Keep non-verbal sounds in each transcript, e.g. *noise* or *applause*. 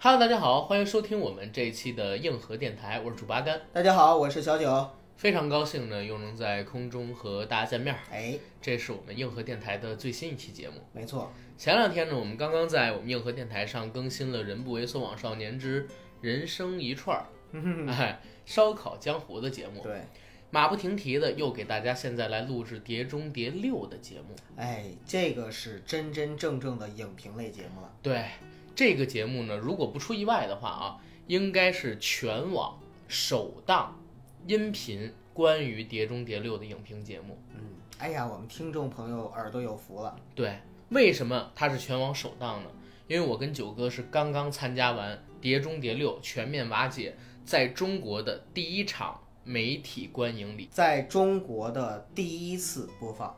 Hello，大家好，欢迎收听我们这一期的硬核电台，我是主八甘，大家好，我是小九。非常高兴呢，又能在空中和大家见面儿。哎，这是我们硬核电台的最新一期节目。没错，前两天呢，我们刚刚在我们硬核电台上更新了《人不为所往少年之人生一串儿》哎，烧烤江湖的节目，对，马不停蹄的又给大家现在来录制《碟中谍六》的节目。哎，这个是真真正正的影评类节目了。对这个节目呢，如果不出意外的话啊，应该是全网首档音频关于《碟中谍六》的影评节目。嗯，哎呀，我们听众朋友耳朵有福了。对，为什么它是全网首档呢？因为我跟九哥是刚刚参加完《碟中谍六》全面瓦解在中国的第一场媒体观影礼，在中国的第一次播放，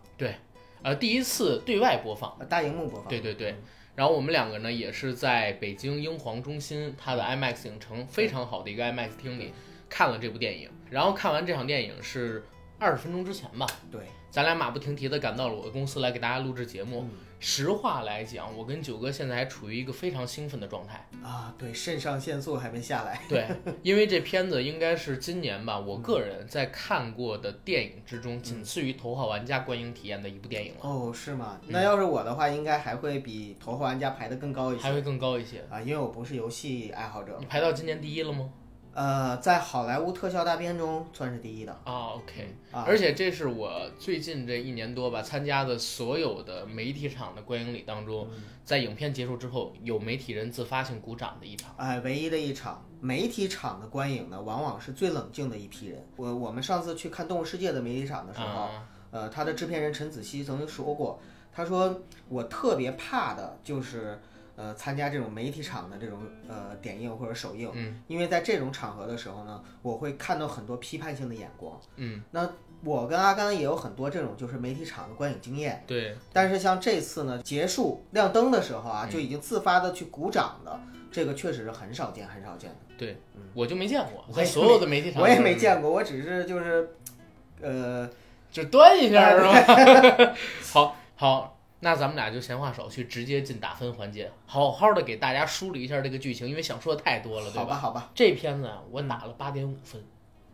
呃，第一次对外播放。呃大荧幕播放。啊对对对，然后我们两个呢，也是在北京英皇中心它的 IMAX 影城非常好的一个 IMAX 厅里看了这部电影。然后看完这场电影是二十分钟之前吧，对，咱俩马不停蹄地赶到了我的公司来给大家录制节目。嗯实话来讲，我跟九哥现在还处于一个非常兴奋的状态。啊，对，肾上腺素还没下来。对，因为这片子应该是今年嗯吧，我个人在看过的电影之中，仅次于《头号玩家》观影体验的一部电影了，嗯哦，是吗？那要是我的话，应该还会比《头号玩家》排得更高一还些会更高一些。啊，因为我不是游戏爱好者。你排到今年第一了吗？呃，在好莱坞特效大片中算是第一的啊，OK。啊。而且这是我最近这一年多吧参加的所有的媒体场的观影礼当中，嗯在影片结束之后，有媒体人自发性鼓掌的一场。哎，唯一的一场媒体场的观影呢，往往是最冷静的一批人。我我们上次去看《动物世界》的媒体场的时候，啊，呃，他的制片人陈子希曾经说过，他说我特别怕的就是。呃，参加这种媒体场的这种呃点映或者首映，嗯因为在这种场合的时候呢，我会看到很多批判性的眼光。嗯，那我跟阿甘也有很多这种就是媒体场的观影经验，对，但是像这次呢，结束亮灯的时候嗯啊，就已经自发的去鼓掌的，这个确实是很少见，很少见。我就没见过，嗯我在也所有的媒体场我也没，见过，我只是就是，呃，就端一下是吧？ *laughs* 好好，那咱们俩就闲话少叙，直接进打分环节，好好的给大家梳理一下这个剧情，因为想说的太多了，对好吧？吧，好吧。这片子啊，我打了八点五分，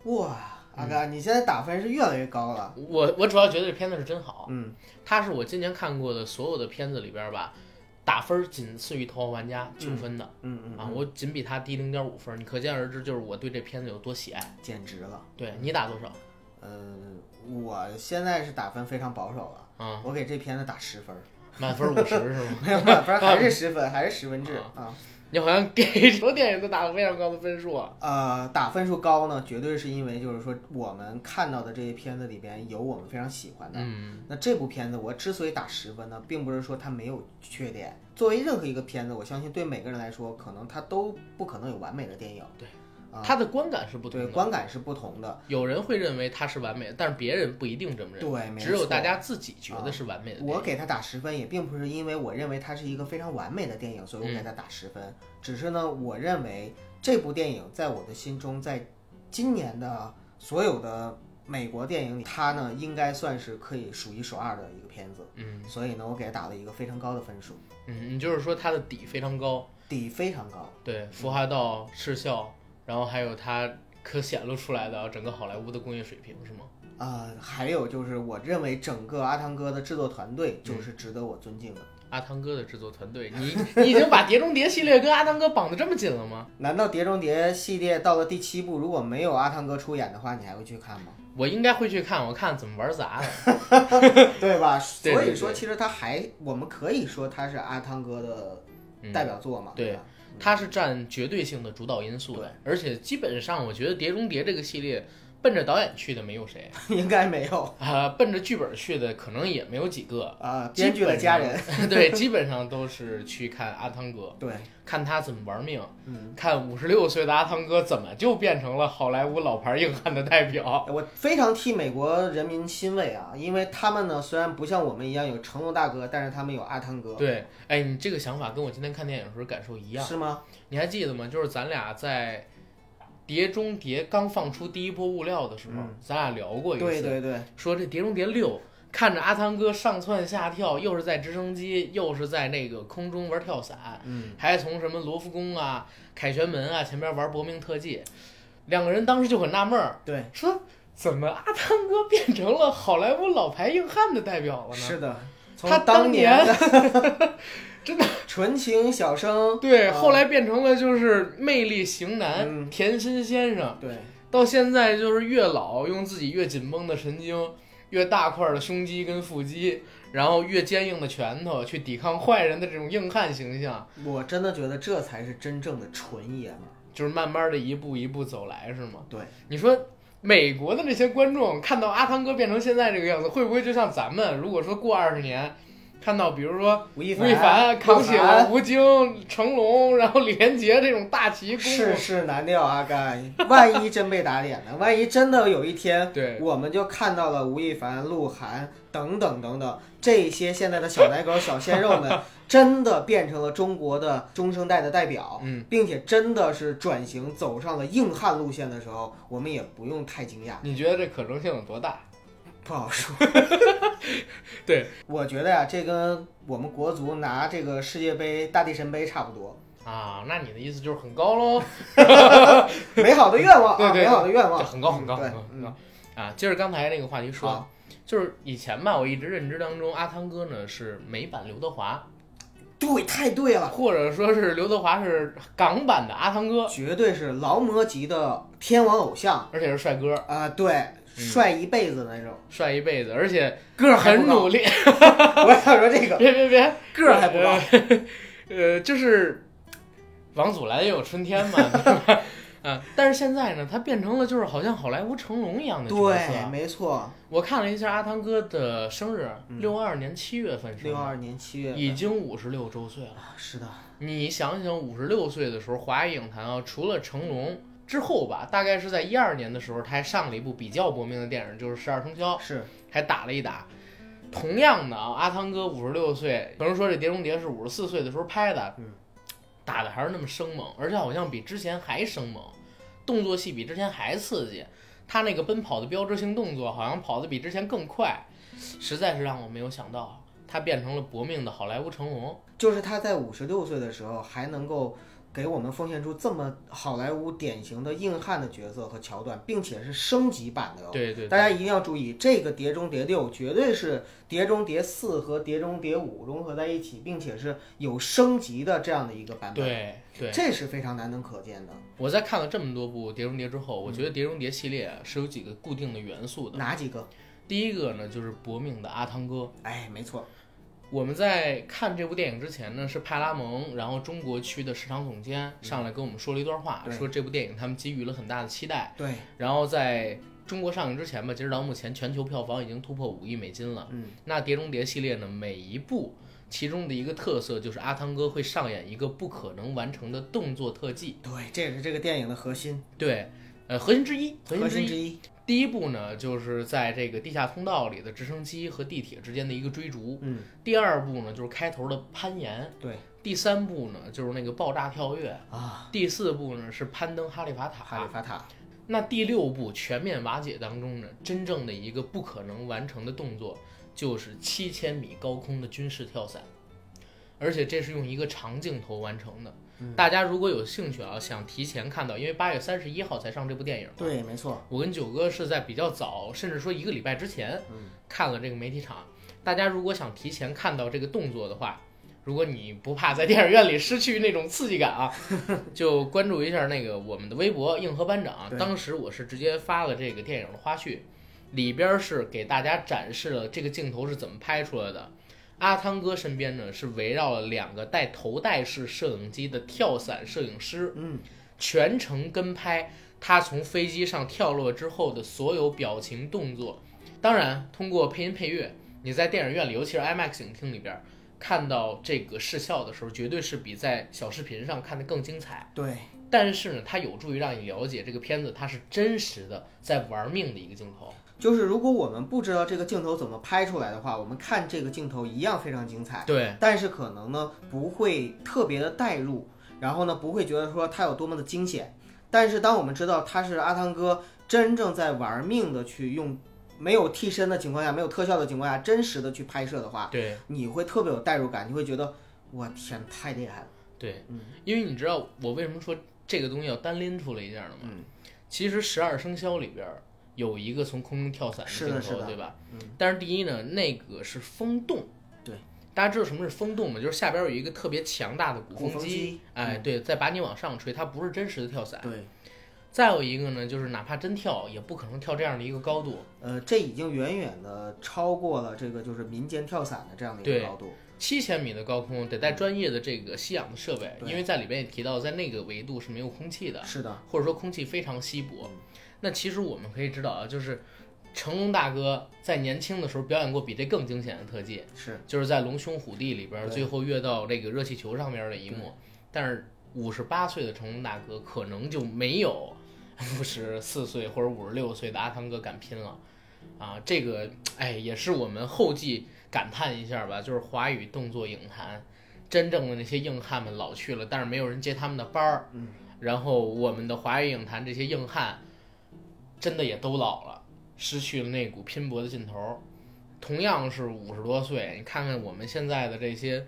哇，阿嗯甘，你现在打分是越来越高了。我我主要觉得这片子是真好，嗯，它是我今年看过的所有的片子里边儿吧，打分儿仅次于《头号玩家》九分的、嗯嗯啊，我仅比它低零点五分儿，你可见而知就是我对这片子有多喜爱。嗯，简直了。对你打多少？呃，我现在是打分非常保守了，啊，我给这片子打十 *laughs* 分，满分五十是吗？ *laughs* 没有满分还是十分，还是十分制嗯啊。你好像给什么电影都打了非常高的分数啊。呃，打分数高呢，绝对是因为就是说我们看到的这些片子里边有我们非常喜欢的。嗯，那这部片子我之所以打十分呢，并不是说它没有缺点。作为任何一个片子，我相信对每个人来说，可能它都不可能有完美的电影。对，啊、他的观感是不同对的，观感是不同的。有人会认为它是完美的，但是别人不一定这么认为，对，没只有错啊大。家自己觉得是完美的电影。我给它打十分，也并不是因为我认为它是一个非常完美的电影，所以我嗯给它打十分。只是呢，我认为这部电影在我的心中，在今年的所有的美国电影里，它呢应该算是可以数一数二的一个片子。嗯所以呢，我给它打了一个非常高的分数，嗯，你就是说它的底非常高，底非常高。对，服化道、视效，然后还有它可显露出来的整个好莱坞的工业水平，是吗？呃，还有就是，我认为整个阿汤哥的制作团嗯队就是值得我尊敬的。阿汤哥的制作团队， *laughs* 你你已经把《碟中谍》系列跟阿汤哥绑得这么紧了吗？难道《碟中谍》系列到了第七部，如果没有阿汤哥出演的话，你还会去看 *laughs* 吗？我应该会去看，我看怎么玩砸的。对吧？对所对以说，其实他还，我们可以说他是阿汤哥的嗯代表作嘛。对吧，它是占绝对性的主导因素的，而且基本上我觉得《碟中谍》这个系列奔着导演去的没有谁应该没有啊、奔着剧本去的可能也没有几个。啊，编剧的家人。 *laughs* 对，基本上都是去看阿汤哥，对，看他怎么玩命，嗯，看五十六岁的阿汤哥怎么就变成了好莱坞老牌硬汉的代表。我非常替美国人民欣慰啊，因为他们呢虽然不像我们一样有成龙大哥，但是他们有阿汤哥，对，哎，你这个想法跟我今天看电影的时候感受一样。是吗？你还记得吗？就是咱俩在《碟中谍》刚放出第一波物料的时候，咱俩聊过一次，嗯对对对，说这《碟中谍六》看着阿汤哥上蹿下跳，又是在直升机，又是在那个空中玩跳伞，嗯，还从什么罗浮宫啊、凯旋门啊前边玩搏命特技，两个人当时就很纳闷儿，对，说怎么阿汤哥变成了好莱坞老牌硬汉的代表了呢？是的，从他当年 *laughs* 年纯情小生， *laughs* 对，啊后来变成了就是魅力型男嗯甜心先生，对，到现在就是越老用自己越紧绷的神经、越大块的胸肌跟腹肌，然后越坚硬的拳头去抵抗坏人的这种硬汉形象，我真的觉得这才是真正的纯爷们儿。就是慢慢的一步一步走来，是吗？对，你说美国的那些观众看到阿汤哥变成现在这个样子，会不会就像咱们，如果说过二十年，看到比如说吴亦吴亦凡凡扛起了鹿晗吴京、成龙，然后李连杰这种大旗功，世事难料啊，该万一真被打脸呢？万一真的有一天，对我们就看到了吴亦凡、鹿晗等等等等这些现在的小奶狗、小鲜肉们， *laughs* 真的变成了中国的中生代的代表，嗯，并且真的是转型走上了硬汉路线的时候，我们也不用 *laughs* 太惊讶，你觉得这可能性有多大？。不好说 *laughs* 对，我觉得呀、这跟我们国足拿这个世界杯大力神杯差不多，啊，那你的意思就是很高喽？美好的愿望 *laughs* 对对啊，对美好的愿这望，很高很高嗯对很高很嗯高啊！接着刚才那个话题说好，就是以前吧，我一直认知当中，阿汤哥呢是美版刘德华，对，太对了。或者说是刘德华是港版的阿汤哥，绝对是劳模级的天王偶像而且是帅哥，啊、对，帅一辈子那 *laughs* 种。帅一辈子，而且个儿还不很高努力。我想说这个别别别，个儿还不高，高。呃，就是王祖蓝也有春天嘛，对吧？ *laughs* 啊，但是现在呢，他变成了就是好像好莱坞成龙一样的角对，色。没错，我看了一下阿汤哥的生日，六二年七月份生嗯六日，二年七月份已经五十六周岁了。啊是的，你想想，五十六岁的时候，华语影坛啊，除了成龙之后吧，大概是在一二年的时候，他还上了一部比较搏命的电影，就是《十二生肖》。是还打了一打。同样的啊，阿汤哥五十六岁，有人说这《碟中谍》是五十四岁的时候拍的，嗯，打的还是那么生猛，而且好像比之前还生猛，动作戏比之前还刺激。他那个奔跑的标志性动作，好像跑得比之前更快，实在是让我没有想到，他变成了搏命的好莱坞成龙。就是他在五十六岁的时候还能够。给我们奉献出这么好莱坞典型的硬汉的角色和桥段，并且是升级版的哦。对对大对，家一定要注意，这个《碟中谍六》绝对是《碟中谍四》和《碟中谍五》融合在一起，并且是有升级的这样的一个版本。对对。这是非常难能可见的。嗯我在看了这么多部《碟中谍》之后，我觉得《碟中谍》系列是有几个固定的元素的。哪几个？第一个呢，就是搏命的阿汤哥。哎，没错，我们在看这部电影之前呢，是派拉蒙，然后中国区的市场总监上来跟我们说了一段话，嗯对说这部电影他们给予了很大的期待。对，然后在中国上映之前吧，截止到目前，全球票房已经突破五亿美金了。嗯，那《碟中谍》系列呢，每一部其中的一个特色就是阿汤哥会上演一个不可能完成的动作特技，对，这也是这个电影的核心，对，呃，核心之一，核嗯核心之一心之。一。第一部呢，就是在这个地下通道里的直升机和地铁之间的一个追逐。嗯，第二部呢，就是开头的攀岩。对第三部呢，就是那个爆炸跳跃；啊，第四部呢是攀登哈利法塔；哈利法塔，那第六部全面瓦解当中呢，真正的一个不可能完成的动作，就是七千米高空的军事跳伞，而且这是用一个长镜头完成的。嗯大家如果有兴趣啊，想提前看到，因为八月三十一号才上这部电影嘛。对，没错，我跟九哥是在比较早，甚至说一个礼拜之前，嗯看了这个媒体场。大家如果想提前看到这个动作的话，如果你不怕在电影院里失去那种刺激感 *laughs* 啊，就关注一下那个我们的微博“硬核班长”。对当时我是直接发了这个电影的花絮，里边是给大家展示了这个镜头是怎么拍出来的。阿汤哥身边呢是围绕了两个带头戴式摄影机的跳伞摄影师，嗯，全程跟拍他从飞机上跳落之后的所有表情动作。当然，通过配音配乐，你在电影院里，尤其是 IMAX 影厅里边看到这个视效的时候，绝对是比在小视频上看的更精彩。对，但是呢，它有助于让你了解这个片子它是真实的在玩命的一个镜头。就是如果我们不知道这个镜头怎么拍出来的话，我们看这个镜头一样非常精彩。对，但是可能呢不会特别的带入，然后呢不会觉得说它有多么的惊险。但是当我们知道他是阿汤哥真正在玩命的去用没有替身的情况下，没有特效的情况下，真实的去拍摄的话，对你会特别有代入感，你会觉得我天太厉害了。对嗯，因为你知道我为什么说这个东西要单拎出来一件呢吗？嗯其实《十二生肖》里边儿有一个从空中跳伞是镜的头，是的对吧？嗯但是第一呢，那个是风洞。对，大家知道什么是风洞吗？就是下边有一个特别强大的鼓鼓风机嗯哎，对，再把你往上吹，它不是真实的跳伞。对，再有一个呢，就是哪怕真跳，也不可能跳这样的一个高度。呃，这已经远远的超过了这个就是民间跳伞的这样的一对个高度。七千米的高空得带专业的这个吸氧的设备，嗯对因为在里边也提到，在那个维度是没有空气的，是的，或者说空气非常稀薄。那其实我们可以知道啊，就是成龙大哥在年轻的时候表演过比这更惊险的特技，是就是在《龙兄虎弟》里边对最后跃到这个热气球上面的一幕。但是五十八岁的成龙大哥可能就没有 *laughs* 五十四岁或者五十六岁的阿汤哥敢拼了啊！这个哎，也是我们后继感叹一下吧，就是华语动作影坛。真正的那些硬汉们老去了，但是没有人接他们的班儿。嗯，然后我们的华语影坛这些硬汉，真的也都老了，失去了那股拼搏的劲头儿。同样是五十多岁，你看看我们现在的这些，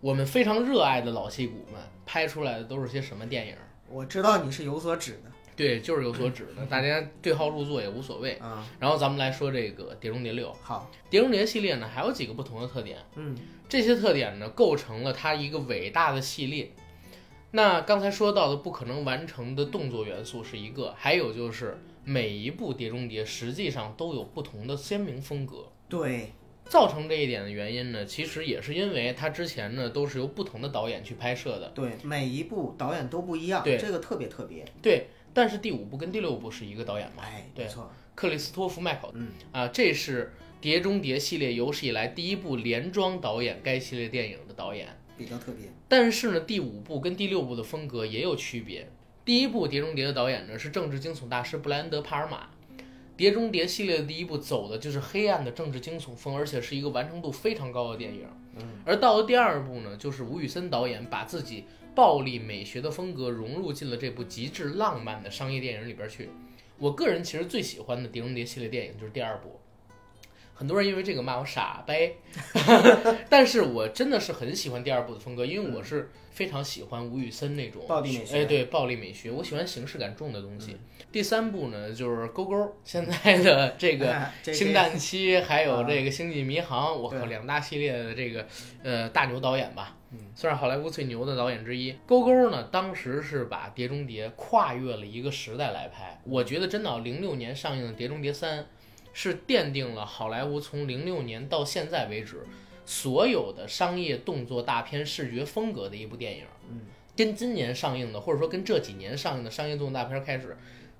我们非常热爱的老戏骨们拍出来的都是些什么电影儿？我知道你是有所指的对，就是有所指的，大家对号入座也无所谓。啊、然后咱们来说这个《碟中谍六》，《好，碟中谍》系列呢还有几个不同的特点，嗯，这些特点呢，构成了它一个伟大的系列。那刚才说到的不可能完成的动作元素是一个，还有就是每一部《碟中谍》实际上都有不同的鲜明风格。对，造成这一点的原因呢，其实也是因为它之前呢都是由不同的导演去拍摄的，对，每一部导演都不一样，对这个特别特别。对。但是第五部跟第六部是一个导演嘛，哎，对没错，克里斯托弗·麦考嗯，啊，这是《碟中谍》系列有史以来第一部连庄导演该系列电影的导演。比较特别。但是呢，第五部跟第六部的风格也有区别。第一部《碟中谍》的导演呢是政治惊悚大师布莱恩德·帕尔玛，《碟中谍》系列的第一部走的就是黑暗的政治惊悚风，而且是一个完成度非常高的电影。嗯，而到了第二部呢，就是吴宇森导演把自己暴力美学的风格融入进了这部极致浪漫的商业电影里边去。我个人其实最喜欢的《碟中谍》系列电影就是第二部，很多人因为这个骂我傻 *laughs* 呗，但是我真的是很喜欢第二部的风格，因为我是非常喜欢吴宇森那种暴力美学哎，对，暴力美学，我喜欢形式感重的东西。第三部呢，就是勾勾，现在的这个 *laughs* 这星个战七，还有啊这个星际迷航，我靠，对嗯两大系列的这个呃大牛导演吧，算是好莱坞最牛的导演之一。勾勾呢，当时是把《碟中谍》跨越了一个时代来拍，我觉得真的零六年上映的《碟中谍三》，是奠定了好莱坞从零六年到现在为止所有的商业动作大片视觉风格的一部电影。嗯，跟今年上映的，或者说跟这几年上映的商业动作大片开始。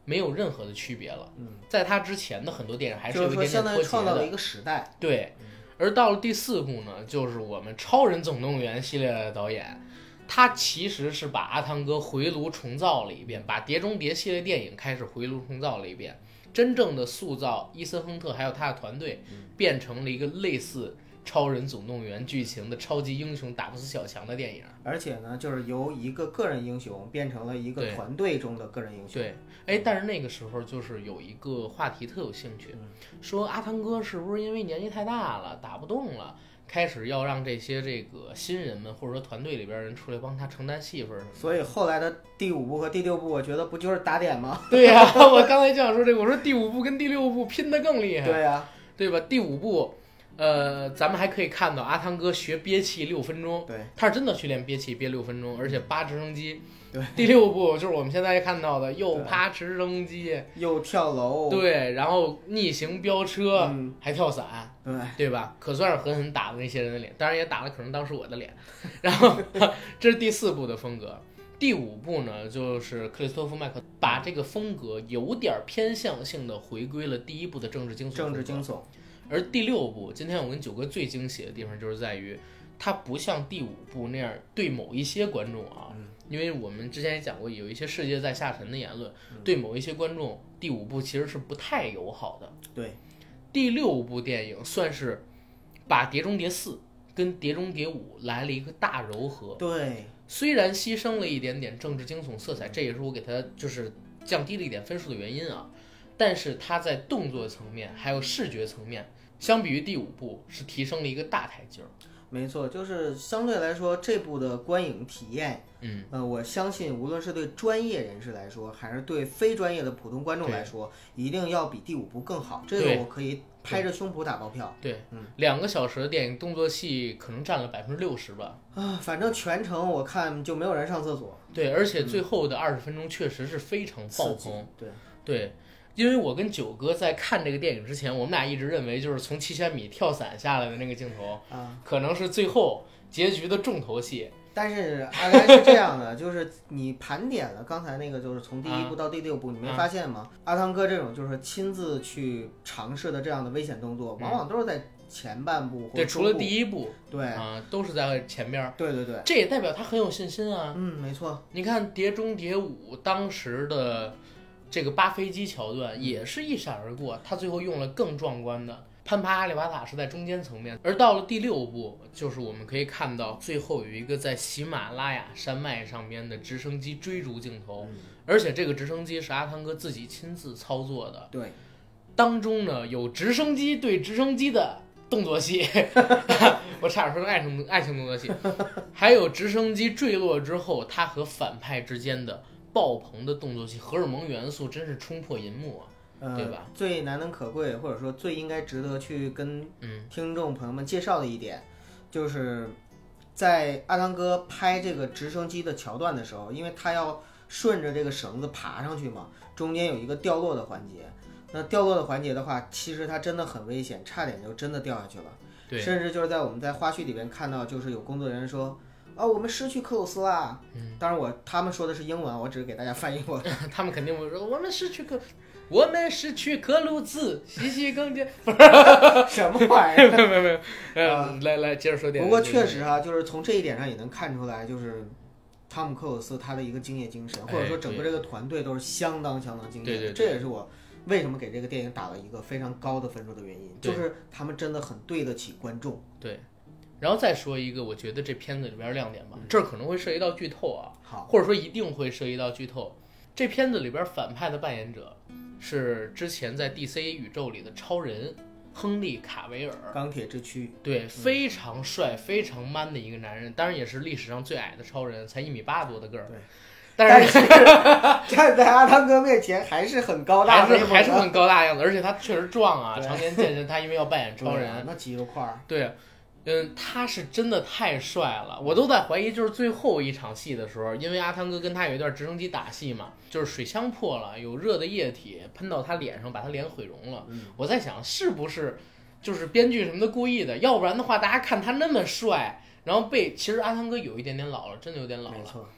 没有任何的区别了。嗯，在它之前的很多电影还是就有是一说，点点相当脱于节创造了的。一个时代。对，而到了第四部呢，就是我们《超人总动员》系列的导演，他其实是把阿汤哥回炉重造了一遍，把《碟中谍》系列电影开始回炉重造了一遍，真正的塑造伊森亨特还有他的团队，变成了一个类似《超人总动员》剧情的超级英雄打不死小强的电影。而且呢，就是由一个个人英雄变成了一个对团队中的个人英雄。对，哎，但是那个时候就是有一个话题特有兴趣嗯，说阿汤哥是不是因为年纪太大了打不动了，开始要让这些这个新人们或者说团队里边人出来帮他承担戏份儿什么的。 *laughs* 所以后来的第五部和第六部，我觉得不就是打点吗？对呀、我刚才就想说这个，我说第五部跟第六部拼得更厉害，对呀、啊对吧？第五部，呃，咱们还可以看到阿汤哥学憋气六分钟，对他是真的去练憋气，憋六分钟，而且扒直升机。对，第六部就是我们现在看到的，又对扒直升机，又跳楼，对，然后逆行飙车，哦嗯哎还跳伞，对，对吧？可算是狠狠打了那些人的脸，当然也打了可能当时我的脸。 *laughs* 然后这是第四部的风格，第五部呢就是克里斯托弗麦克把这个风格有点偏向性的回归了第一部的政治惊悚风政格，治惊悚，而第六部，今天我跟九哥最惊喜的地方就是在于，它不像第五部那样对某一些观众啊，因为我们之前也讲过，有一些世界在下沉的言论，对某一些观众，第五部其实是不太友好的。对，第六部电影算是把《碟中谍四》跟《碟中谍五》来了一个大柔和，对，虽然牺牲了一点点政治惊悚色彩，这也是我给它就是降低了一点分数的原因啊。但是它在动作层面还有视觉层面，相比于第五部是提升了一个大台阶儿。没错，就是相对来说这部的观影体验，嗯，呃，我相信无论是对专业人士来说，还是对非专业的普通观众来说，一定要比第五部更好。这对个我可以拍着胸脯打包票对，嗯两个小时的电影，动作戏可能占了百分之六十吧。啊！反正全程我看就没有人上厕所，对，而且最后的二十分钟确实是非常爆嗯刺激棚。。对，对，因为我跟九哥在看这个电影之前，我们俩一直认为就是从七千米跳伞下来的那个镜头，啊，可能是最后结局的重头戏。但是阿甘是这样的，就是你盘点了刚才那个，就是从第一部到第六部，你没啊发现吗？阿汤哥这种就是亲自去尝试的这样的危险动作，往往都是在前半部或嗯对，者除了中部第一部对啊，都是在前边儿，对对对，这也代表他很有信心啊。嗯，没错。你看《碟中谍五》当时的这个扒飞机桥嗯段也是一闪而过，他最后用了更壮观的攀爬阿里巴塔是在中间层面，而到了第六部，就是我们可以看到最后有一个在喜马拉雅山脉上边的直升机追逐镜头，嗯而且这个直升机是阿汤哥自己亲自操作的，对，当中呢有直升机对直升机的动作 *laughs* 戏，我差点说成爱情爱情动作戏，还有直升机坠落之后，它和反派之间的爆棚的动作戏，荷尔蒙元素真是冲破银幕啊！呃，对吧最难能可贵，或者说最应该值得去跟嗯听众朋友们介绍的一点，就是在阿汤哥拍这个直升机的桥段的时候，因为他要顺着这个绳子爬上去嘛，中间有一个掉落的环节。那掉落的环节的话，其实它真的很危险，差点就真的掉下去了。对 *laughs* 甚至就是在我们在花絮里边看到，就是有工作人员说：“啊、我们失去克鲁斯啦。”嗯，当然我他们说的是英文，啊我只是给大家翻译过来。他们肯定会说我们是去克，我们是去克鲁兹，洗洗更 *laughs* 啊加，什么玩意儿？没有没有没有，呃，来来接着说点。不过确实啊，就是从这一点上也能看出来，就是汤姆克鲁斯他的一个敬业精神，哎或者说整个这个团队都是相当相当敬业的。对对对这也是我为什么给这个电影打了一个非常高的分数的原因，对就是他们真的很对得起观众。对，然后再说一个，我觉得这片子里边亮点嗯吧，这儿可能会涉及到剧透啊。好，或者说一定会涉及到剧透。这片子里边反派的扮演者是之前在 DC 宇宙里的超人亨利·卡维尔，钢铁之躯，对，非常帅、非常 man 的一个男人，当然也是历史上最矮的超人，才一米八多的个儿对。但是是站在阿汤哥面前还是很高大还的是一个，还是很高大的样子，而且他确实壮啊，对常年健身。他因为要扮演超对啊人，那肌肉块儿。对，嗯，他是真的太帅了，我都在怀疑，就是最后一场戏的时候，因为阿汤哥跟他有一段直升机打戏嘛，就是水枪破了，有热的液体喷到他脸上，把他脸毁容了。嗯我在想，是不是就是编剧什么的故意的？要不然的话，大家看他那么帅，然后被其实阿汤哥有一点点老了，真的有点老没了。错，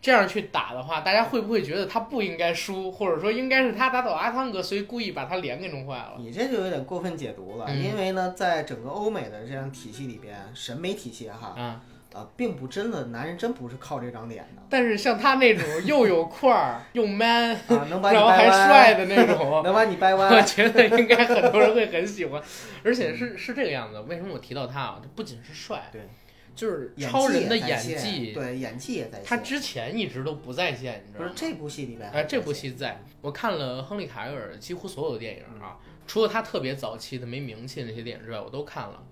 这样去打的话，大家会不会觉得他不应该输，或者说应该是他打倒阿汤哥，所以故意把他脸给弄坏了？你这就有点过分解读了，嗯因为呢，在整个欧美的这样体系里边，审美体系哈，啊！啊，并不真的，男人真不是靠这张脸的但是像他那种又有块儿又 man， *laughs* 啊，能把你然后掰还弯，帅的那种， *laughs* 能把你掰我 *laughs* 弯，觉得应该很多人会很喜欢，而且是是这个样子。为什么我提到他啊？他不仅是帅，对，就是演技超人的也在演线技，对，演技也在线。他之前一直都不在线，你知不道吗？是这部戏里边，哎，这部，戏在我看了亨利·卡维尔几乎所有的电影啊，除了他特别早期的没名气的那些电影之外，我都看了。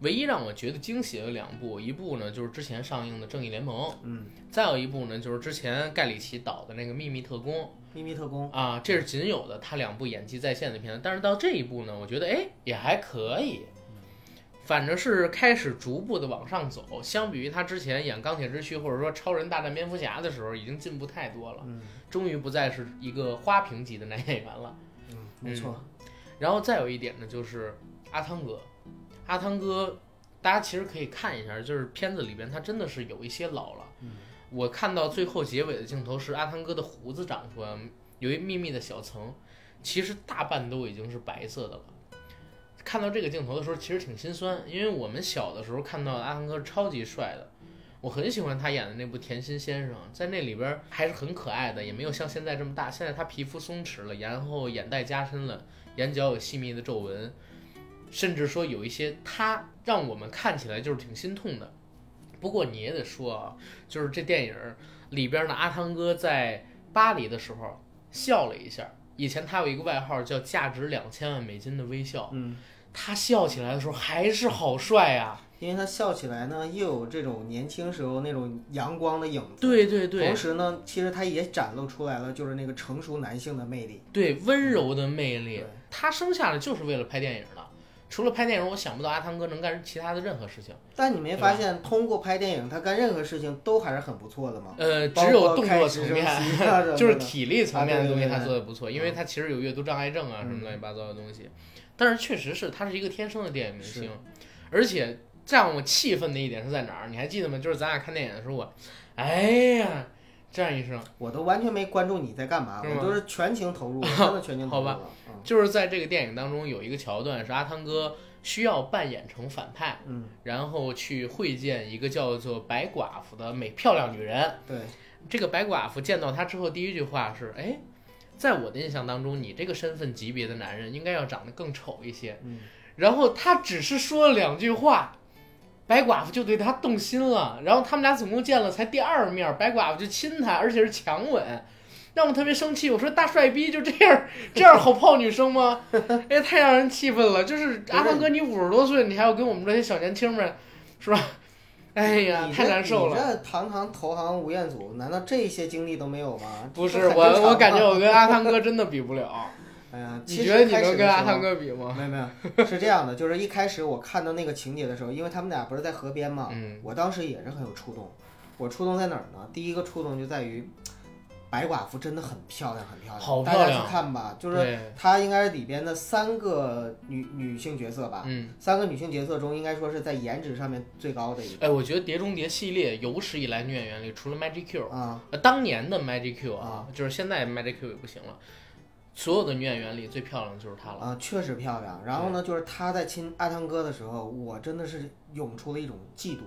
唯一让我觉得惊喜的两部，一部呢就是之前上映的《正义联盟》，嗯，再有一部呢就是之前盖里奇导的那个《秘密特工》。秘密特工，啊，这是仅有的他两部演技在线的片子，但是到这一步呢，我觉得哎也还可以，反正是开始逐步的往上走，相比于他之前演钢铁之躯或者说超人大战蝙蝠侠的时候，已经进步太多了，嗯终于不再是一个花瓶级的男演员了。嗯，没错，然后再有一点呢，就是阿汤哥，阿汤哥，大家其实可以看一下，就是片子里边他真的是有一些老了。嗯我看到最后结尾的镜头是阿汤哥的胡子长出来，有一密密的小层，其实大半都已经是白色的了。看到这个镜头的时候，其实挺心酸，因为我们小的时候看到阿汤哥是超级帅的，我很喜欢他演的那部《甜心先生》，在那里边儿还是很可爱的，也没有像现在这么大。现在他皮肤松弛了，然后眼袋加深了，眼角有细密的皱纹，甚至说有一些他让我们看起来就是挺心痛的。不过你也得说啊，就是这电影儿里边呢，阿汤哥在巴黎的时候笑了一下，以前他有一个外号叫“价值两千万美金的微笑嗯，”，他笑起来的时候还是好帅啊！因为他笑起来呢，又有这种年轻时候那种阳光的影子。对对对同时呢，其实他也展露出来了，就是那个成熟男性的魅力。对，温柔的魅力对，他生下来就是为了拍电影的。除了拍电影，我想不到阿汤哥能干其他的任何事情。但你没对发吧现，通过拍电影，他干任何事情都还是很不错的吗？呃，包只有括动开作直层升面，机啊什 *laughs* 么就是的体力层面的东西啊对对对他做的不错，因为他其实有阅读障碍症啊嗯什么乱七八糟的东西，但是确实是他是一个天生的电影明星，而且让我气愤的一点是在哪儿？你还记得吗？就是咱俩看电影的时候，我，哎呀，这样一声，我都完全没关注你在干嘛，是吗我都是全情投入，我真的全情投入好了。嗯就是在这个电影当中有一个桥段是阿汤哥需要扮演成反派，嗯，然后去会见一个叫做白寡妇的美漂亮女人，对，这个白寡妇见到他之后，第一句话是：“哎，在我的印象当中，你这个身份级别的男人应该要长得更丑一些。嗯”然后他只是说了两句话，白寡妇就对他动心了。然后他们俩总共见了才第二面，白寡妇就亲他，而且是强吻，让我特别生气。我说：“大帅逼就这样，这样好泡女生吗？” *laughs* 哎，太让人气愤了。就是阿汤哥，你五十多岁，你还要跟我们这些小年轻们，是吧？ *laughs* 哎呀，你这太难受了你。这堂堂投行吴彦祖，难道这些经历都没有吗？不是这很正常我，我嘛感觉我跟阿汤哥真的比不了。哎呀，你其觉得实你开始能的跟时阿候汤哥比吗？没有没有，是这样的，就是一开始我看到那个情节的时候，因为他们俩不是在河边嘛，嗯我当时也是很有触动。我触动在哪儿呢？第一个触动就在于，白寡妇真的很漂亮，很漂亮，好大漂家亮啊去看吧。就是对，她应该是里边的三个女女性角色吧，嗯，三个女性角色中应该说是在颜值上面最高的一哎，我觉得《碟中谍》系列有史以来女演员里，除了 Magic 个 Q，啊。呃，当年的 Magic Q 啊，就是现在 Magic Q 也不行了，所有的女演员里最漂亮的就是她了。啊，确实漂亮。然后呢，就是她在亲阿汤哥的时候，我真的是涌出了一种嫉妒。